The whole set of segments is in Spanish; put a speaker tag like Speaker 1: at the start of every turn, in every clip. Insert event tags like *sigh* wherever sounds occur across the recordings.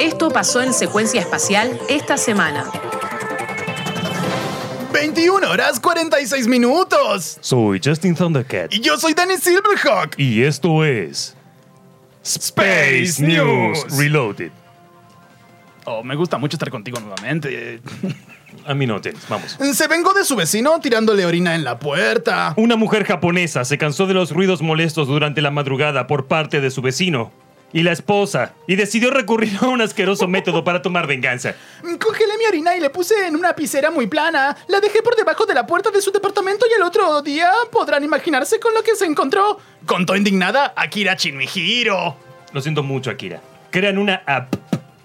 Speaker 1: Esto pasó en secuencia espacial esta semana.
Speaker 2: 21 horas 46 minutos.
Speaker 3: Soy Justin Thundercat
Speaker 2: Y yo soy Danny Silverhawk.
Speaker 3: y esto es Space News Reloaded.
Speaker 4: Oh, me gusta mucho estar contigo nuevamente.
Speaker 3: A mí no, Dennis, vamos.
Speaker 2: Se vengó de su vecino tirándole orina en la puerta.
Speaker 3: Una mujer japonesa se cansó de los ruidos molestos durante la madrugada por parte de su vecino y la esposa y decidió recurrir a un asqueroso método para tomar venganza.
Speaker 2: Congelé mi orina y le puse en una picera muy plana. La dejé por debajo de la puerta de su departamento y el otro día podrán imaginarse con lo que se encontró. Contó indignada Akira Chinmihiro.
Speaker 3: Lo siento mucho, Akira. Crean una app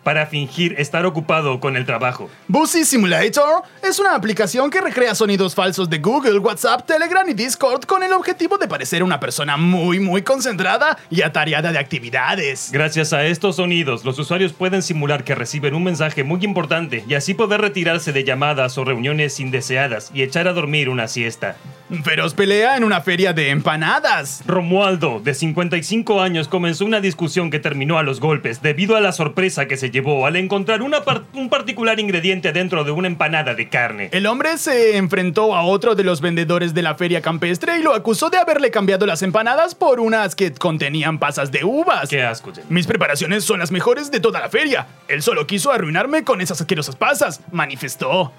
Speaker 3: para fingir estar ocupado con el trabajo.
Speaker 2: Busy Simulator es una aplicación que recrea sonidos falsos de Google, WhatsApp, Telegram y Discord con el objetivo de parecer una persona muy muy concentrada y atareada de actividades.
Speaker 3: Gracias a estos sonidos, los usuarios pueden simular que reciben un mensaje muy importante y así poder retirarse de llamadas o reuniones indeseadas y echar a dormir una siesta.
Speaker 2: Feroz pelea en una feria de empanadas.
Speaker 3: Romualdo, de 55 años, comenzó una discusión que terminó a los golpes debido a la sorpresa que se llevó al encontrar una par- un particular ingrediente dentro de una empanada de carne.
Speaker 2: El hombre se enfrentó a otro de los vendedores de la feria campestre y lo acusó de haberle cambiado las empanadas por unas que contenían pasas de uvas.
Speaker 3: Qué asco, Jen.
Speaker 2: Mis preparaciones son las mejores de toda la feria. Él solo quiso arruinarme con esas asquerosas pasas, manifestó.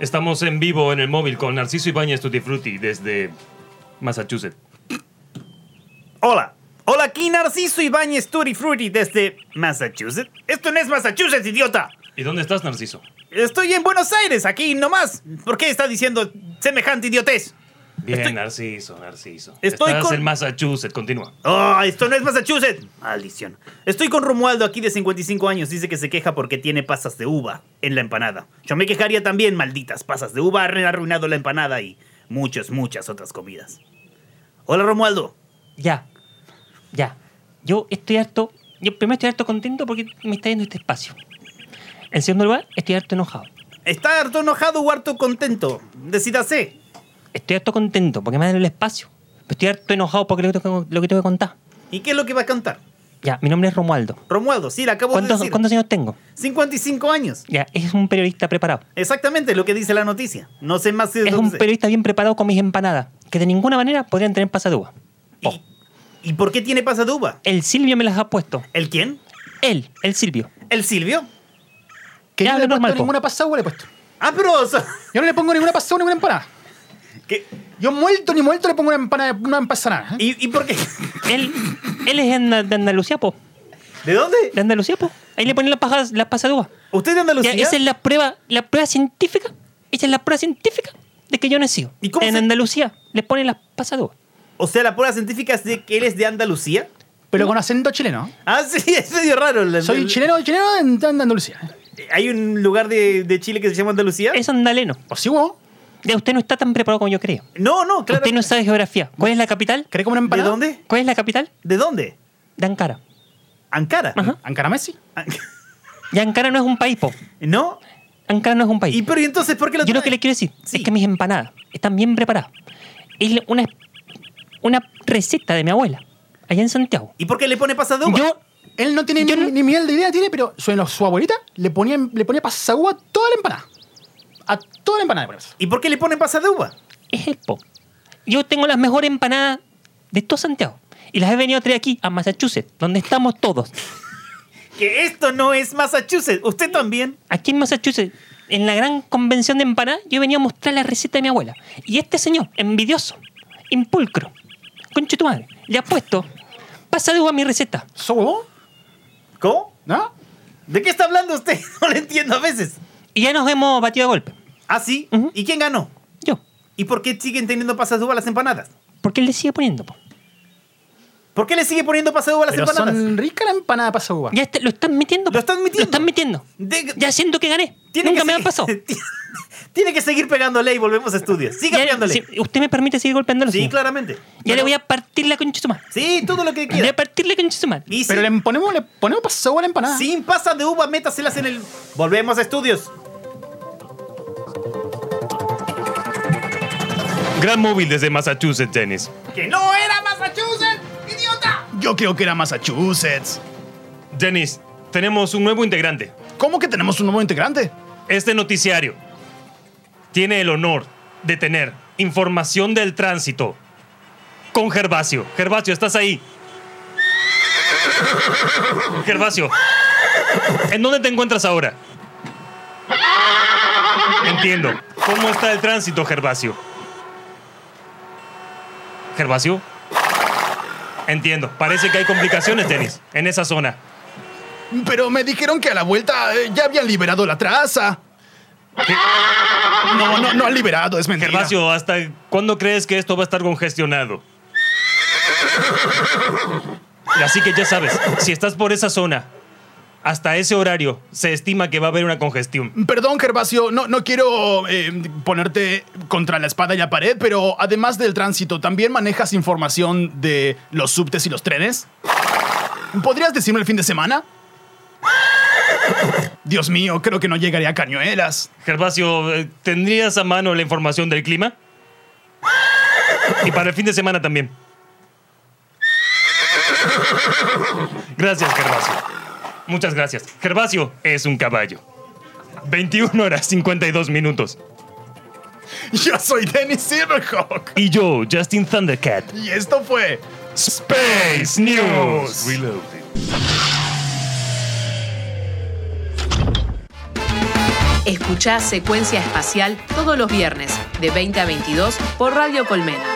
Speaker 3: Estamos en vivo en el móvil con Narciso Ibáñez Tutti Frutti desde Massachusetts.
Speaker 5: Hola. Hola, aquí Narciso Ibáñez Turi Fruity desde Massachusetts. Esto no es Massachusetts, idiota.
Speaker 3: ¿Y dónde estás, Narciso?
Speaker 5: Estoy en Buenos Aires, aquí nomás. ¿Por qué está diciendo semejante idiotez?
Speaker 3: Bien, Narciso, Narciso.
Speaker 5: Estoy
Speaker 3: estás
Speaker 5: con-
Speaker 3: en Massachusetts, continúa.
Speaker 5: Oh, esto no es Massachusetts. Maldición. Estoy con Romualdo aquí de 55 años. Dice que se queja porque tiene pasas de uva en la empanada. Yo me quejaría también, malditas pasas de uva. Han arruinado la empanada y muchas, muchas otras comidas. Hola, Romualdo.
Speaker 6: Ya, ya. Yo estoy harto. Yo primero estoy harto contento porque me está yendo este espacio. En segundo lugar, estoy harto enojado.
Speaker 5: ¿Está harto enojado o harto contento? Decídase.
Speaker 6: Estoy harto contento porque me dan el espacio. Pero estoy harto enojado porque lo que tengo, lo que, tengo que contar.
Speaker 5: ¿Y qué es lo que va a cantar?
Speaker 6: Ya, mi nombre es Romualdo.
Speaker 5: Romualdo, sí, la acabo de
Speaker 6: ¿Cuántos,
Speaker 5: decir.
Speaker 6: cuántos años tengo?
Speaker 5: 55 años.
Speaker 6: Ya, es un periodista preparado.
Speaker 5: Exactamente lo que dice la noticia. No sé más de
Speaker 6: Es un
Speaker 5: dónde se-
Speaker 6: periodista bien preparado con mis empanadas, que de ninguna manera podrían tener pasadúa.
Speaker 5: ¿Y, ¿Y por qué tiene pasas de uva?
Speaker 6: El Silvio me las ha puesto.
Speaker 5: ¿El quién?
Speaker 6: Él, el Silvio.
Speaker 5: ¿El Silvio?
Speaker 2: Que
Speaker 6: Ya,
Speaker 2: yo no le he puesto
Speaker 6: habla normal, po.
Speaker 2: ninguna pasada, le he puesto.
Speaker 5: Ah, pero... o sea, *laughs*
Speaker 2: Yo no le pongo ninguna pasada, ninguna empanada.
Speaker 5: ¿qué?
Speaker 2: Yo muerto ni muerto le pongo una empanada, una empanada. ¿eh?
Speaker 5: ¿Y, y por qué? *laughs*
Speaker 6: Él, él es anda- de Andalucía, po.
Speaker 5: ¿De dónde?
Speaker 6: De Andalucía, po. Ahí le ponen las, pajas, las pasadúas.
Speaker 5: ¿Usted es de
Speaker 6: Ya,
Speaker 5: Andalucía?
Speaker 6: esa es la prueba, la prueba científica. Esa es la prueba científica de que yo nací.
Speaker 5: ¿Y cómo
Speaker 6: en
Speaker 5: se-
Speaker 6: Andalucía le ponen las pasadúas.
Speaker 5: O sea, la prueba científica es de que él es de Andalucía.
Speaker 2: Pero con acento chileno.
Speaker 5: Ah, *laughs* sí, es medio raro. el- el-
Speaker 2: Soy
Speaker 5: el-
Speaker 2: chileno, chileno en en Andalucía. ¿eh?
Speaker 5: ¿Hay un lugar de, de Chile que se llama Andalucía?
Speaker 6: Es andaleno.
Speaker 2: ¿O sí, huevón?
Speaker 6: Ya usted no está tan preparado como yo creía.
Speaker 5: No, no, claro.
Speaker 6: Usted no sabe geografía. ¿Cuál es la capital?
Speaker 2: ¿Querés comer una
Speaker 5: ¿De
Speaker 2: empanada?
Speaker 5: dónde?
Speaker 6: ¿Cuál es la capital?
Speaker 5: ¿De dónde?
Speaker 6: De Ankara.
Speaker 5: Ankara.
Speaker 6: Ajá.
Speaker 2: Ankara Messi.
Speaker 5: An-
Speaker 6: Y Ankara no es un país, po.
Speaker 5: ¿No?
Speaker 6: Ankara no es un país.
Speaker 5: ¿Y pero ¿y entonces por qué lo
Speaker 6: Yo lo
Speaker 5: trae?
Speaker 6: que le quiero decir
Speaker 5: Sí.
Speaker 6: es que mis empanadas están bien preparadas. Es una, una receta de mi abuela, allá en Santiago.
Speaker 5: ¿Y por qué le pone pasas de uva?
Speaker 6: Yo,
Speaker 2: Él no tiene ni,
Speaker 6: Yo no-
Speaker 2: ni miel de idea, tiene, pero su, en- su abuelita le ponía, le ponía pasagua a toda la empanada. A toda la empanada, por eso.
Speaker 5: ¿Y por qué le pone pasas de uva?
Speaker 6: es el po. Yo tengo las mejores empanadas de todo Santiago. Y las he venido a traer aquí, a Massachusetts, donde estamos todos.
Speaker 5: Que esto no es Massachusetts. Usted también.
Speaker 6: Aquí en Massachusetts, en la gran convención de empanadas, yo venía a mostrar la receta de mi abuela. Y este señor, envidioso, impulcro, conche tu madre, le ha puesto, pasa de uva a mi receta.
Speaker 2: ¿So huevón?
Speaker 5: ¿Cómo?
Speaker 2: ¿No?
Speaker 5: ¿De qué está hablando usted? *laughs* No lo entiendo a veces.
Speaker 6: Y ya nos hemos batido a golpe.
Speaker 5: ¿Ah, sí?
Speaker 6: Ujú.
Speaker 5: ¿Y quién ganó?
Speaker 6: Yo.
Speaker 5: ¿Y por qué siguen teniendo pasas de uva las empanadas?
Speaker 6: Porque él le sigue poniendo, po.
Speaker 5: ¿Por qué le sigue poniendo pasas de uva a las
Speaker 2: Pero
Speaker 5: empanadas?
Speaker 2: son ricas las empanadas de pasagua.
Speaker 6: Ya está- lo están metiendo.
Speaker 5: Lo están metiendo.
Speaker 6: Lo están metiendo.
Speaker 5: De-
Speaker 6: Ya siento que gané.
Speaker 5: *laughs* Tiene
Speaker 6: Nunca
Speaker 5: que
Speaker 6: me
Speaker 5: seguir-
Speaker 6: han pasado.
Speaker 5: Tiene que seguir pegándole y volvemos a estudios. Siga
Speaker 6: Ya,
Speaker 5: pegándole.
Speaker 6: si
Speaker 5: Sí,
Speaker 6: usted me permite seguir golpeándolo. señor?
Speaker 5: claramente.
Speaker 6: Ya le voy a partir la concha de su madre.
Speaker 5: Sí, todo lo que
Speaker 6: Le voy
Speaker 5: quiera.
Speaker 6: a partir la concha de su madre.
Speaker 5: Y
Speaker 2: Pero
Speaker 5: sí,
Speaker 2: le ponemos, le ponemos pasagua a la empanada.
Speaker 5: sin pasas de uva, métaselas en el... Volvemos a estudios.
Speaker 3: Gran móvil desde Massachusetts, Dennis.
Speaker 5: ¡Que no era Massachusetts! ¡Idiota!
Speaker 2: Yo creo que era Massachusetts.
Speaker 3: Dennis, tenemos un nuevo integrante.
Speaker 2: ¿Cómo que tenemos un nuevo integrante?
Speaker 3: Este noticiario tiene el honor de tener información del tránsito con Gervasio. Gervasio, ¿estás ahí? Gervasio, ¿en dónde te encuentras ahora? Entiendo. ¿Cómo está el tránsito, Gervasio? Gervasio. Entiendo. Parece que hay complicaciones, Denis, en esa zona.
Speaker 2: Pero me dijeron que a la vuelta eh, ya habían liberado la traza. Eh, No, no, no han liberado, es mentira.
Speaker 3: Gervasio, ¿hasta cuándo crees que esto va a estar congestionado? Así que ya sabes, si estás por esa zona, hasta ese horario se estima que va a haber una congestión.
Speaker 2: Perdón, Gervasio, no, no quiero eh, ponerte contra la espada y la pared, pero además del tránsito, ¿también manejas información de los subtes y los trenes? ¿Podrías decirme el fin de semana? Dios mío, creo que no llegaré a Cañuelas.
Speaker 3: Gervasio, eh, ¿tendrías a mano la información del clima? Y para el fin de semana también. Gracias, Gervasio. Muchas gracias. Gervasio es un caballo. 21 horas 52 minutos.
Speaker 2: Yo soy Dennis Silverhawk
Speaker 3: Y yo, Justin Thundercat.
Speaker 2: y esto fue
Speaker 3: Space News.
Speaker 1: Escuchá Secuencia Espacial todos los viernes de 20 a 22 por Radio Colmena.